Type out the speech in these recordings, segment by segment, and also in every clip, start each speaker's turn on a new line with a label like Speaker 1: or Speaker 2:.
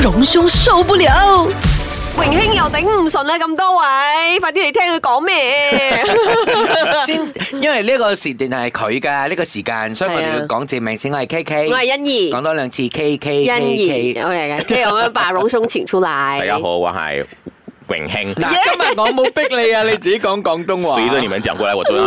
Speaker 1: 榮兄受不了。
Speaker 2: 榮兄又頂唔順啦，咁多位，快啲嚟聽佢講 咩？
Speaker 3: 先，因為呢個時段係佢噶，呢個時間，所以我
Speaker 2: 係啊
Speaker 3: 哋要講自己名先。我係 K K，
Speaker 2: 我係欣怡
Speaker 3: 講多兩次 K K
Speaker 2: 欣
Speaker 3: K
Speaker 2: 怡
Speaker 3: K。
Speaker 2: ，OK 嘅，可以我們把榮兄請出來。哎
Speaker 4: 大家哎好，我係永慶。
Speaker 3: 嗱，今日我冇逼你啊，你自己講廣東話。
Speaker 4: 隨着你們講過來，我覺 得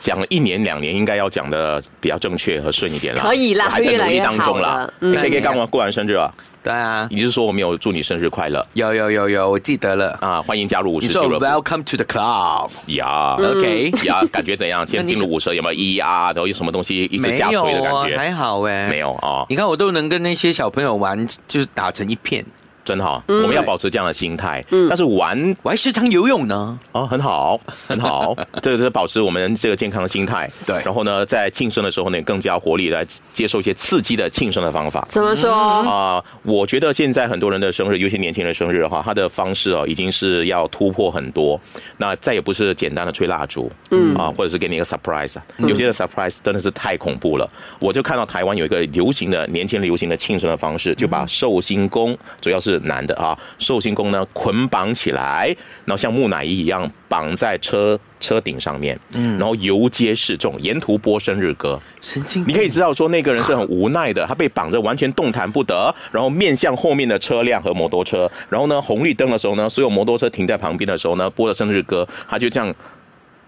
Speaker 4: 講了一年兩年，應該要講得比較正確和順一點啦。
Speaker 2: 可以啦
Speaker 4: 我還在努力當中
Speaker 2: 越
Speaker 3: 來越
Speaker 4: 啦。哎
Speaker 3: 好了嗯
Speaker 4: K K 剛完過完生日了，
Speaker 3: 對啊，
Speaker 4: 你是說我沒有祝你生日快樂
Speaker 3: 有有有有，我記得了。
Speaker 4: 啊？歡迎加入五
Speaker 3: 你
Speaker 4: 十
Speaker 3: 說
Speaker 4: 俱樂部
Speaker 3: Welcome to the club，OK？
Speaker 4: 呀呀，感覺怎樣？
Speaker 3: 那
Speaker 4: 先
Speaker 3: 你
Speaker 4: 進入五十有沒有意義啊？然後有什麼東西一直
Speaker 3: 沒
Speaker 4: 下
Speaker 3: 有
Speaker 4: 垂的
Speaker 3: 啊
Speaker 4: 感，覺？
Speaker 3: 還好哎，
Speaker 4: 沒有啊，
Speaker 3: 你看我都能跟那些小朋友玩，就是打成一片。
Speaker 4: 真好，我們要保持這樣的心態。但是玩
Speaker 3: 我還時常游泳呢。
Speaker 4: 哦，很好，很好，这是保持我们这个健康的心态。
Speaker 3: 对
Speaker 4: 然后呢，在庆生的时候呢，更加有活力地来接受一些刺激的庆生的方法。
Speaker 2: 怎麼說？，
Speaker 4: 啊、我觉得现在很多人的生日，尤其年轻人生日的话，他的方式哦，已经是要突破很多。那再也不是简单的吹蜡烛，嗯啊，或者是给你一个 surprise 啊。有些的 surprise 真的是太恐怖了。我就看到台湾有一个流行的年轻人流行的庆生的方式，就把寿星公，主要是男的啊，寿星公呢捆绑起来，然后像木乃伊一样绑在车车顶上面，嗯，然后游街示众，沿途播生日歌。
Speaker 3: 神经
Speaker 4: 你
Speaker 3: 病，
Speaker 4: 可以知道说那个人是很无奈的，他被绑着完全动弹不得，然后面向后面的车辆和摩托车，然后呢红绿灯的时候呢，所有摩托车停在旁边的时候呢，播着生日歌，他啊就这样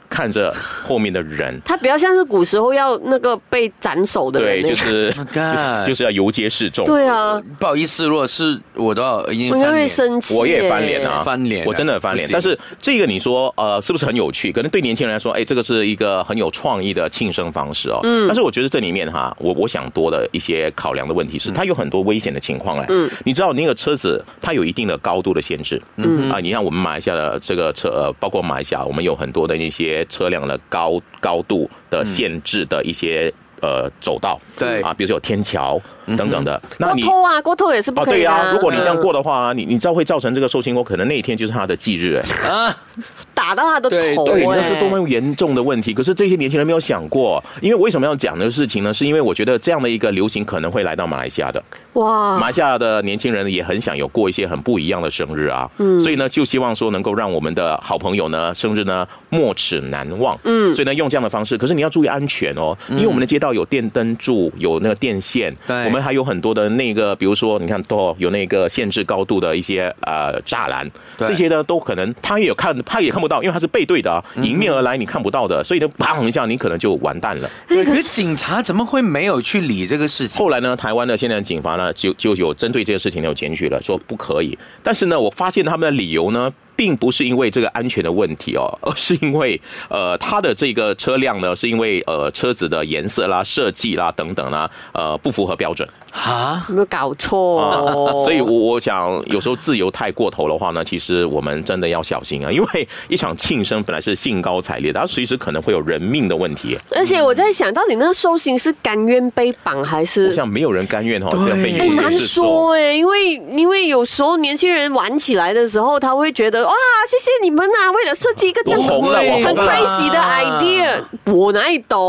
Speaker 4: 看着后面的人
Speaker 2: 他比較像是古時候要那個被斬首的
Speaker 4: 对，
Speaker 2: 人，
Speaker 4: 就
Speaker 2: 那個
Speaker 4: 是
Speaker 3: Oh my
Speaker 4: 就
Speaker 3: God
Speaker 4: 就是要游街示众。
Speaker 2: 對啊，
Speaker 3: 不好意思，如果是我的话，已经
Speaker 2: 我應該
Speaker 3: 翻
Speaker 2: 會
Speaker 3: 脸
Speaker 2: 生氣耶。
Speaker 4: 我也翻脸啊，
Speaker 3: 翻脸啊
Speaker 4: 我真的翻脸。
Speaker 3: 不行
Speaker 4: 但是这个你说，呃，是不是很有趣？可能对年轻人来说，哎，这个是一个很有创意的庆生方式哦。嗯。但是我觉得这里面哈，我我想多的一些考量的问
Speaker 3: 嗯
Speaker 4: 题是，它有很多危险的情况哎。嗯。你知道那个车子它有一定的高度的限制。嗯。啊，你像我们马来西亚的这个车，呃，包括马来西亚，我们有很多的那些车辆的高高度的限制的一些。呃，走道
Speaker 3: 对嗯
Speaker 4: 啊，比如说有天桥等等的，那
Speaker 2: 過
Speaker 4: 你
Speaker 2: 頭啊，過頭也是不
Speaker 4: 哦，
Speaker 2: 可以
Speaker 4: 对
Speaker 2: 的啊。
Speaker 4: 呀、如果你这样
Speaker 2: 嗯
Speaker 4: 过的话，你你知道会造成这个寿星公可能那一天就是他的忌日，哎，
Speaker 3: 啊，
Speaker 2: 打到他的
Speaker 3: 對
Speaker 2: 頭，
Speaker 3: 對
Speaker 4: 你
Speaker 2: 哎
Speaker 4: 那是多么严重的问题。可是这些年轻人没有想过，因为为什么要讲这个事情呢？是因为我觉得这样的一个流行可能会来到马来西亚的，马
Speaker 2: 哇！
Speaker 4: 来西亚的年轻人也很想有过一些很不一样的生日啊，所以呢，就希望说能够让我们的好朋友呢生日呢莫齿难忘，嗯，所以呢用这样的方式，可是你要注意安全哦，因为我们的街道有电灯柱，有那个电线，
Speaker 3: 对
Speaker 4: 我们还有很多的那个，比如说你看都有那个限制高度的一些呃栅栏，
Speaker 3: 对
Speaker 4: 这些呢都可能他也有看，他也看不到，因为他是背对的啊，
Speaker 3: 嗯
Speaker 4: 迎面而来你看不到的，所以呢砰一下你可能就完蛋了。
Speaker 3: 对可是警察怎么会没有去理这个事情？
Speaker 4: 后来呢，台湾的现在的警方呢，就就有针对这个事情呢有检举了，说不可以。但是呢，我发现他们的理由呢，并不是因为这个安全的问题哦， 而是因为呃，他的这个车辆呢，是因为呃车子的颜色啦、设计啦等等啦，呃不符合标准。
Speaker 3: 啊，
Speaker 2: 有没有搞錯？
Speaker 4: 啊
Speaker 2: 哦
Speaker 4: 所以我，我想有时候自由太过头的话呢，其实我们真的要小心啊，因为一场庆生本来是兴高采烈的，它随时可能会有人命的问题。
Speaker 2: 而且我在想，到底那个寿星是甘愿被绑还是
Speaker 4: 我？想没有人甘愿哦，这样被
Speaker 3: 对
Speaker 2: 哎，
Speaker 4: 有
Speaker 2: 难
Speaker 4: 人是
Speaker 2: 说哎、因为因为有时候年轻人玩起来的时候，他会觉得哇，谢谢你们啊呐、为了设计一个这
Speaker 4: 我
Speaker 2: 样
Speaker 4: 红了，我
Speaker 2: 很
Speaker 4: 红啊
Speaker 3: 快
Speaker 4: 了。
Speaker 2: crazy 的 idea，我哪里懂？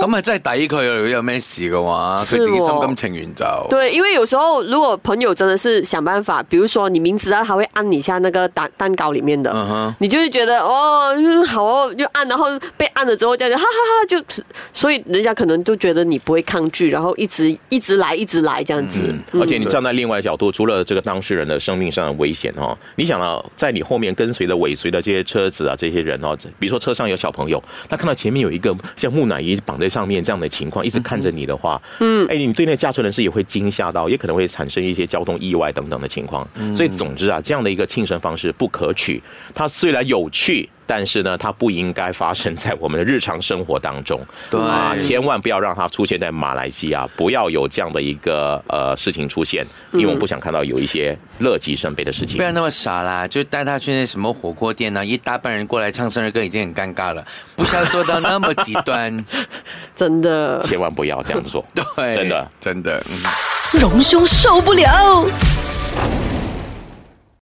Speaker 3: 咁啊真系抵佢啊！如果有咩事嘅话，佢
Speaker 2: 是
Speaker 3: 自己
Speaker 2: 哦
Speaker 3: 心甘情願就。
Speaker 2: 对，因为有时候如果朋友真的是想办法，比如说你明知道他会按你一下那个蛋蛋糕里面的
Speaker 3: 嗯哼
Speaker 2: 你就会觉得哦，嗯，好哦，就按，然后被按了之后这样就哈哈哈，就所以人家可能就觉得你不会抗拒，然后一直一直来，一直来这样子。
Speaker 4: 而且你站在另外角度，除了这个当事人的生命上的危险哦，你想啊，在你后面跟随的尾随的这些车子啊，这些人哦，比如说车上有小朋友，他看到前面有一个像木乃伊绑在上面这样的情况，一直看着你的话，嗯，哎，你对那个驾车人士也会惊吓到，也可能会产生一些交通意外等等的情况。所以总之啊，这样的一个庆生方式不可取，它虽然有趣。但是呢，它不应该发生在我们的日常生活当中。
Speaker 3: 对
Speaker 4: 啊，千万不要让它出现在马来西亚，不要有这样的一个呃事情出现，因为我们不想看到有一些乐极生悲的事情
Speaker 3: 不。要那么傻啦，就带他去那什么火锅店啊，一大班人过来唱生日歌已经很尴尬了，不需要做到那么极 端。，
Speaker 2: 真的。
Speaker 4: 千万不要这样做
Speaker 3: 对，
Speaker 4: 真的。
Speaker 3: 真的。嗯
Speaker 1: 榮兄受不了。